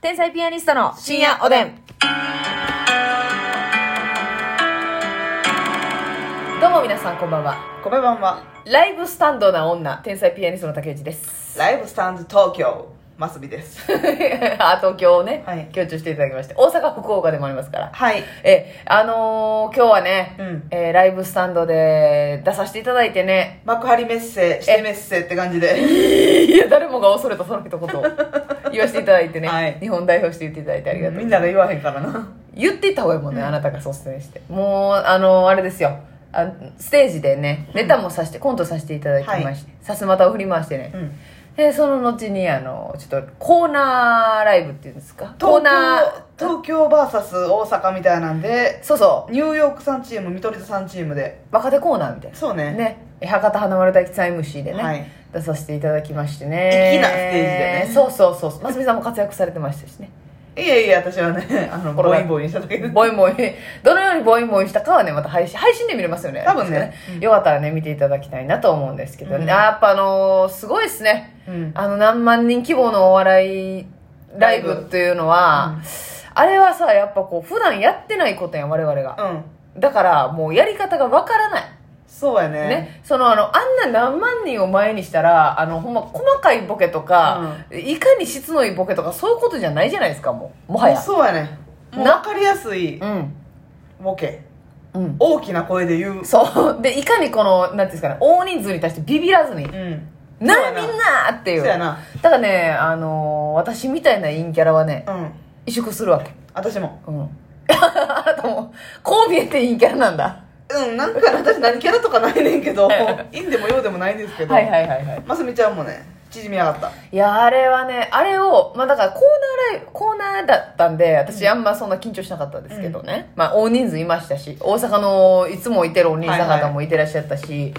天才ピアニストの深夜おでん。どうも皆さんこんばんは。こんばんは。ライブスタンドな女、天才ピアニストの竹内です。 ライブスタンド東京、マスビです。あ東京をね、はい強調していただきまして、大阪、福岡でもありますから。はい。え、あのー今日はね、うんえーライブスタンドで出させていただいてね、 幕張メッセ、してメッセって感じで。 いや、誰もが恐れたその一言を言わせていただいてね、 はい日本代表して言っていただいてありがとうみんなが言わへんからな。言っていった方がいいもんね、あなたが率先してもうあのあれですよあステージでねネタもさして、コントさせていただきまして、さすまたを振り回してね、ん。でその後にあのちょっとコーナーライブっていうんですかコー東ナー京、東京 VS 大阪みたいなんで、そうそうニューヨークさんチーム、見取り図さんチームで。若手コーナーみたいそうなね。ね博多華丸大吉さん MC でね、はい出させていただきましてね粋なステージでねそうそうそうますみさんも活躍されてましたしねいえいえ、私はね、あの、これボはインボインしただけで。 ボインボインどのようにボインボインしたかはねまた配信配信で見れますよね多分ね確かよかったらね見ていただきたいなと思うんですけど、ねうんやっぱあのーすごいですねうん。あの何万人規模のお笑いライブっていうのは、あれはさやっぱこう普段やってないことやん我々が、うん。だからもうやり方がわからないそうやね。ね、そのあのあんな何万人を前にしたらあのほんま細かいボケとか、いかに質のいいボケとかそういうことじゃないじゃないですかもうもはやそうやね。もうなわかりやすいうんボケ。うん大きな声で言う。そうでいかにこのなんていうんですかね大人数に対してビビらずにう、ん。なそうやあなみんなっていうそうやな。だからねあのー私みたいな陰キャラはねうん。萎縮するわけ私も。うん あなたもこう見えて陰キャラなんだうん、なんか私何キャラとかないねんけど、いいんでもようでもないんですけど。はいはいはいはいますみちゃんもね縮みやがったいやあれはねあれをまあだからコーナーライブコーナーだったんで私あんまそんな緊張しなかったんですけどね、まあ大人数いましたし大阪のいつもいてるお兄さんはいは方いもいてらっしゃったし、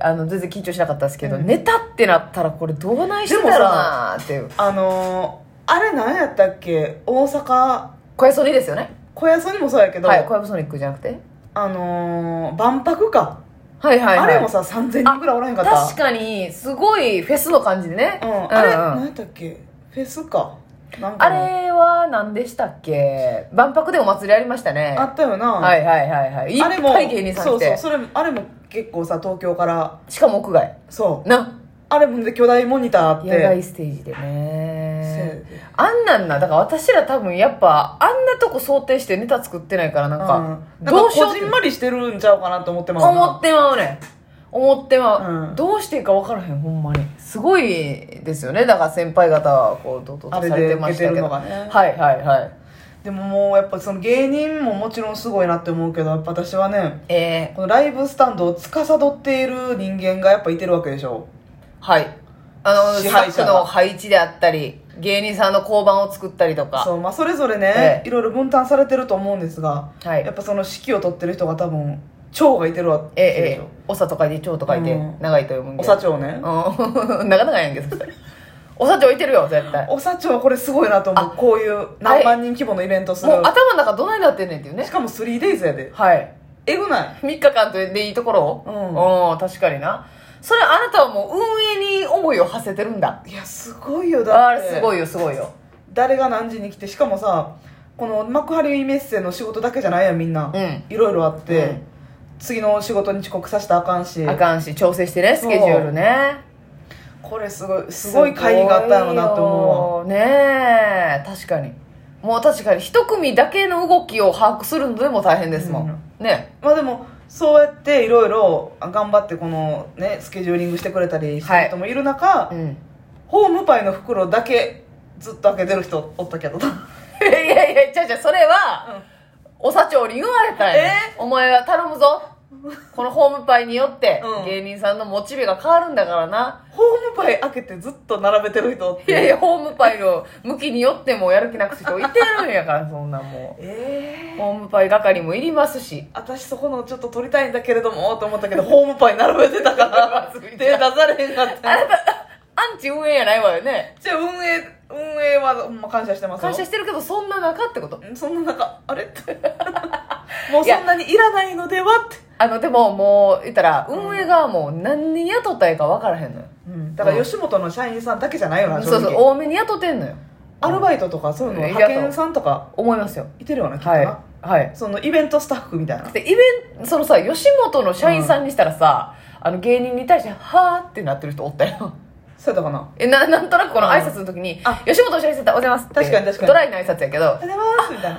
あの全然緊張しなかったんですけど、うんネタってなったらこれどうないしてたろうなーっていうあのー、あれ何やったっけ大阪小屋ソニーですよね小屋さんにもそうやけど、はい小屋ソニックじゃなくてあのー、万博か、はいはい、はい、あれもさ3000人ぐらいおらへんかった確かにすごいフェスの感じでね、うん、あれ、うんうん何やったっけフェスかなんかあのれは何でしたっけ万博でお祭りありましたねあったよな、はいはいはいはいいあれっもぱい芸人さん来てそうそうそれあれも結構さ東京からしかも屋外そうなあれもで巨大モニターあって野外ステージでねあんなんなだから私ら多分やっぱあんなとこ想定してネタ作ってないからなんか、か、うん、なんどかうしよこうっじてんまりしてるんちゃうかなと思ってます思ってまうねん思ってまう、うんどうしていいか分からへんほんまにすごいですよねだから先輩方はこう堂々あとれされてでま受しけてたけどるのがねはいはいはいでももうやっぱその芸人ももちろんすごいなって思うけどやっぱ私はねえこのライブスタンドを司っている人間がやっぱいてるわけでしょー、はいあの支スタッ配者がフの配置であったり芸人さんの交番を作ったりとかそうまあそれぞれね、ええいろいろ分担されてると思うんですが、はいやっぱその指揮を取ってる人が多分長がいてるわえけでええしょ、えおさと書いて長と書いて、うん長いと読むんでお社長ね、うん なかなかやんけどそれおさ長いてるよ絶対もうお社長はこれすごいなと思うこういう何万人規模のイベントする、頭の中どないなってんねんっていうねしかも 3days やではいえぐない3日間とでいいところをうん確かになそれあなたはもう運営に思いを馳せてるんだいやすごいよあだっれてすごいよすごいよ誰が何時に来てしかもさこの幕張メッセの仕事だけじゃないやんみんな、うんいろいろあって、うん次の仕事に遅刻させたらあかんしあかんし調整してねスケジュールねこれすごいすごい会議があったよなと思うねえ確かにもう確かに一組だけの動きを把握するのでも大変ですもん、ねうわまあでもそうやっていろいろ頑張ってこのねスケジューリングしてくれたりしてる人もいる中、うんホームパイの袋だけずっと開けてる人おったけどないやいや、じゃじゃそれは、お社長に言われたんや、お前は頼むぞ。このホームパイによってう、ん芸人さんのモチベが変わるんだからな。ホームパイ開けてずっと並べてる人っいてやいや、ホームパイの向きによってもやる気なくす人いてるんやから、そんなんもえう。えホームパイ係もいりますし。私そこのちょっと取りたいんだけれどもと思ったけどホームパイ並べてたから手出されへんかったアンチ運営やないわよね。じゃあ運営運営はほんま感謝してますよ感謝してるけど、そんな中ってことそんな中あれってもうそんなにいらないのではってあの、でももう、言ったら、運営側も何人雇ったらいいか分からへんのよ。だから吉本の社員さんだけじゃないよな、正そう直そう、多めに雇ってんのよ。アルバイトとかそういうのうん派遣さんとか思いますよいてるようなきっとな、はいはいそのイベントスタッフみたいなでイベンそのさ吉本の社員さんにしたらさ、あの芸人に対して「はーってなってる人おったよ そうやったかなえななんとなくこの挨拶の時にあ「吉本の社員さんだおはようございます」って確かに確かにドライな挨拶やけど「 「おあはようございます」みたいなっ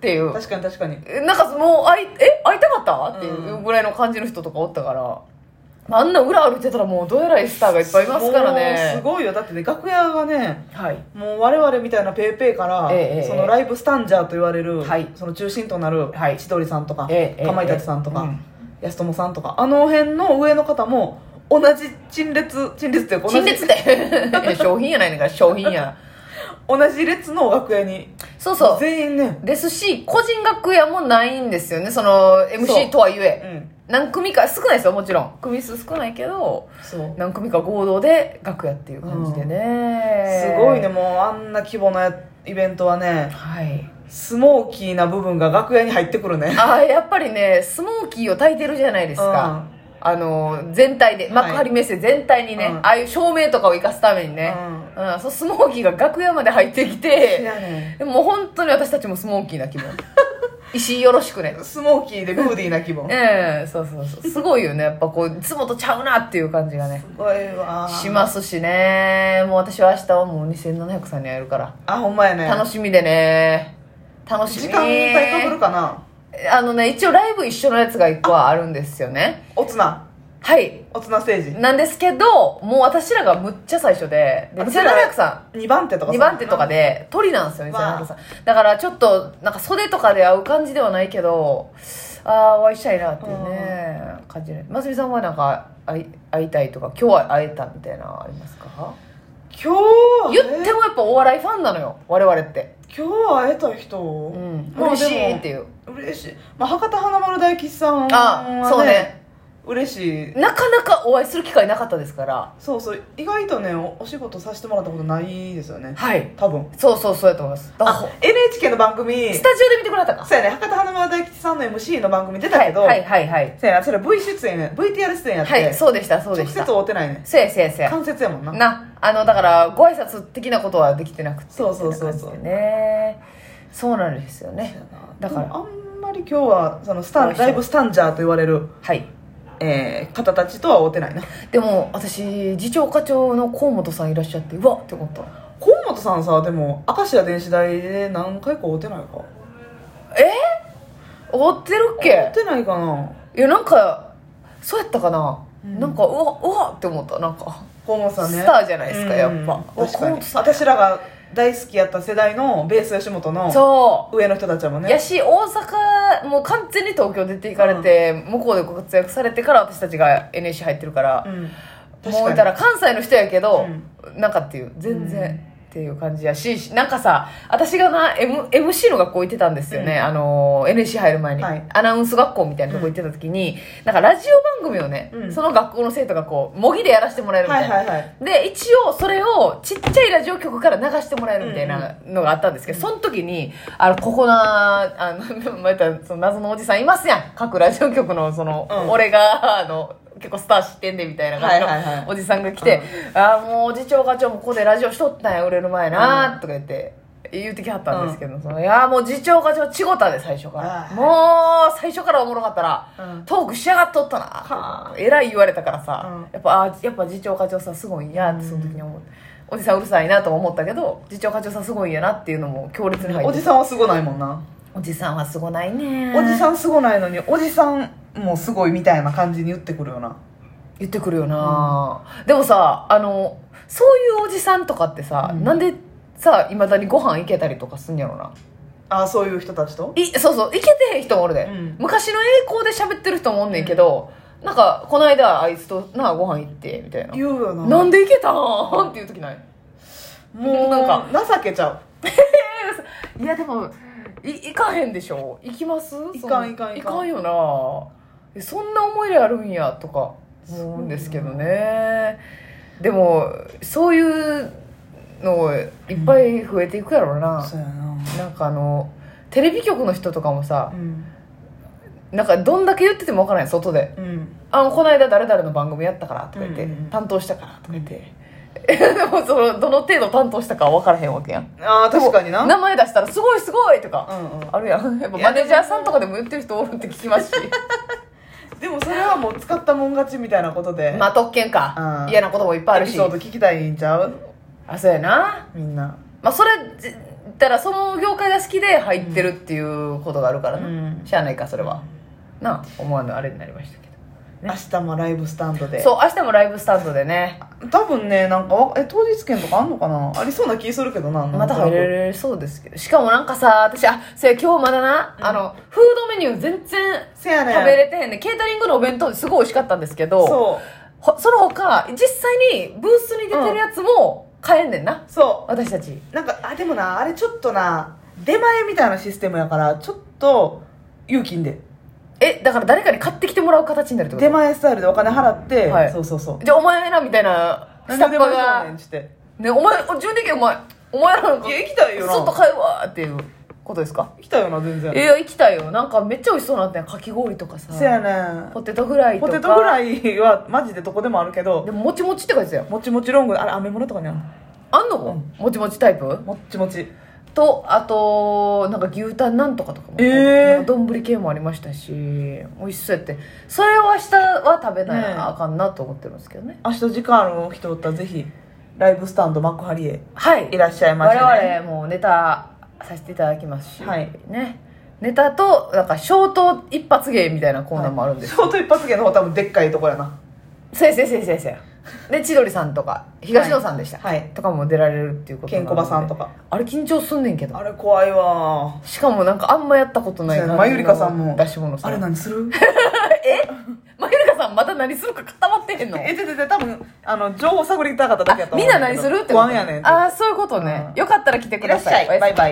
ていう確かに確かにえなんかもうあいえ会いたかったっていううんぐらいの感じの人とかおったから、あんな裏歩いてたらもうどえらいスターがいっぱいいますからねもうすごいよだってね楽屋がねはいもう我々みたいなペーペーから、ええええそのライブスタンジャーと言われる、はいその中心となる、はい千鳥さんとか、ええええかまいたちさんとか、うん安友さんとかあの辺の上の方も同じ陳列陳列っていうか同じ陳列って 商品やないねんから商品や同じ列の楽屋にそうそう全員ね、ですし個人楽屋もないんですよねそのそう MC とはいえうん、何組か少ないですよもちろん組数少ないけどそう何組か合同で楽屋っていう感じでね、すごいねもうあんな規模のやイベントはねはいスモーキーな部分が楽屋に入ってくるねあーやっぱりねスモーキーを焚いてるじゃないですか、あの全体でい幕張メッセ全体にね、うんああいう照明とかを生かすためにね、うんそうスモーキーが楽屋まで入ってきいてやねでももう本当に私たちもスモーキーな気 分石井よろしくねスモーキーでムーディーな気分ええそうそうそうすごいよねやっぱこういつもとちゃうなっていう感じがねすごいわしますしねもう私は明日はもう2700さんに会えるからあほんまやね楽しみでね楽しみ時間帯かぶるかなあのね一応ライブ一緒のやつが一個はあるんですよねおつなはいおつなステージなんですけどもう私らがむっちゃ最初でで私ら2700さん2番手とか2番手とかで鳥なんですよわあ2700さんだからちょっとなんか袖とかで会う感じではないけどああお会いしたいなっていうね感じでますみさんはなんか会い会いたいとか今日は会えたみたいなのありますか今日言ってもやっぱお笑いファンなのよ我々って今日会えた人、うんまあ嬉しいってでいうも嬉しい、まあ、博多華丸大吉さんは、ね、あそうね嬉しいなかなかお会いする機会なかったですからそうそう意外とねおお仕事させてもらったことないですよねはい多分そうそうそうやと思いますだからあ NHK の番組スタジオで見てくれたかそうやね博多華丸大吉さんの MC の番組出たけど、はいはいはいそうやなそれ V 出演や VTR 出演やって、はいそうでしたそうで直し接た会うてないねそうやそうやそうや間接やもんななあのだからご挨拶的なことはできてなくてそうそうそうそうみたいな感じでねそうなんですよねだからでもあんまり今日はそのスタおいンしそうだいぶスタンジャーと言われる、はいえー方たちとは会うてないなでも私次長課長の河本さんいらっしゃってうわって思った河本さんさでも明石家電子台で何回か会うてないか追ってるっ会けうてないかないやなんかそうやったかな、うんなんかうわうわって思ったなんか河本さんねスターじゃないですか、うんやっぱうわ確か河に本さん私らが大好きやった世代のベース吉本のそう上の人たちやもんねやし大阪もう完全に東京出ていかれて、向こうでご活躍されてから私たちが NSC 入ってるから、うん確もうかいにたら関西の人やけど、なんかっていう全然、うんっていう感じやしなんかさ私がな、M、MC の学校行ってたんですよね、あの NSC 入る前に、はいアナウンス学校みたいなとこ行ってた時に、なんかラジオ番組をね、うんその学校の生徒がこう模擬でやらせてもらえるみたはいいな、はいはいで一応それをちっちゃいラジオ局から流してもらえるみたいなのがあったんですけど、その時にあのここなあの またその謎のおじさんいますやん各ラジオ局のその、うん俺があの結構スター知ってんでみたいなはいは感いはじいのおじさんが来て「ああもう次長課長もここでラジオしとったんや売れる前な」とか言って。言うてきはったんですけど、そのいやーもう次長課長ちごたで最初かあらーもう最初からおもろかったら、うんトークしやがっとったなはあえらい言われたからさ、うんやっぱあやっぱ次長課長さんすごいんやってその時に思って、おじさんうるさいなとも思ったけど次長課長さんすごいんやなっていうのも強烈に入っておじさんはすごないもんなおじさんはすごないねおじさんんすごないのにおじさんもすごいみたいな感じに言ってくるよな言ってくるよな、でもさあのそういうおじさんとかってさ、うんなんでさいまだにご飯行けたりとかすんやろなああそういう人たちといそうそう行けてへん人もおるで、うん昔の栄光で喋ってる人もおんねんけど、なんかこの間あいつとなご飯行ってみたいな、言うよななんで行けたんっていう時ないもなうなんんかか情けちゃいやでもい行かへんでしょ行きます行かん行かん行行かかんんよなえそんな思い入れあるんやとか思うんですけどねでもそういうのいっぱい増えていくやろうなう、うやななんかあのテレビ局の人とかもさう、んなんかどんだけ言ってても分からない外でうん「あのこの間誰々の番組やったから」とか言って、うんうんうん担当したから」とか言って、 でもそのどの程度担当したかは分からへんわけやんああ確かにな名前出したら「すごいすごい!」とうか、んうんあるやんやっぱマネージャーさんとかでも言ってる人おるって聞きますしでもそれはもう使ったもん勝ちみたいなことで、 まあ特権か、うん嫌なこともいっぱいあエるピしソード聞きたいんちゃうあそうやなみんなまあそれじたらその業界が好きで入ってるっていうことがあるからな、うんしゃあないかそれはなあ思わぬあれになりましたけど明日もライブスタンドでそう明日もライブスタンドでね多分ねなんかわえ当日券とかあんのかなありそうな気するけどなまた入るれれそうですけどしかもなんかさ私あそれ今日まだな、うんあのフードメニュー全然せやねん食べれてへんで、ケータリングのお弁当すごい美味しかったんですけどそうほその他実際にブースに出てるやつも買えんねんな、そ私たちうなんかあでもなあれちょっとな出前みたいなシステムやからちょっと勇気いんでえだから誰かに買ってきてもらう形になるってこ出と前スタイルでお金払って、はいそうそうそうじゃあお前らみたいなスタッでフもそうねがんちってねお前お準できお前お前らなんかいや行きたいよな外買えわっていうことですか行きたいよな全然いや行きたいよなんかめっちゃ美味しそうなんだよかき氷とかさせやねポテトフライんとポかテトフライイはマジでどこでもあるけどでももちもちって書いてたよもちもちロングあれ雨物とかにあるのあんの、もちもちタイプもっちもちとあとなんか牛タンなんとかとかもえーなんか丼系もありましたし美味しそうやってそれを明日は食べなねえいあかんなと思ってるんですけどね明日時間ある人おったらぜひライブスタンド幕張へはいいらっしゃいませ、ね、我々もネタさせていただきますし、はいねネタとなんか消灯一発芸みたいなコーナーもあるんですよ、相当一発芸の方多分でっかいとこやな先生先生先生で千鳥さんとか東野さんでした、はいとかも出られるっていうことケなンのコでバさんとかあれ緊張すんねんけどあれ怖いわしかもなんかあんまやったことないそうやな感じまゆのりかさんも出し物さあれ何 するマユリカさんまた何するか固まってへんのえ、ちょちょちょ多分あの情報探りたかっただけやとあ思みうんだなけど何するってこと不安やねんああそういうことね、うんよかったら来てくださいいらっしゃいおやすみバイバイ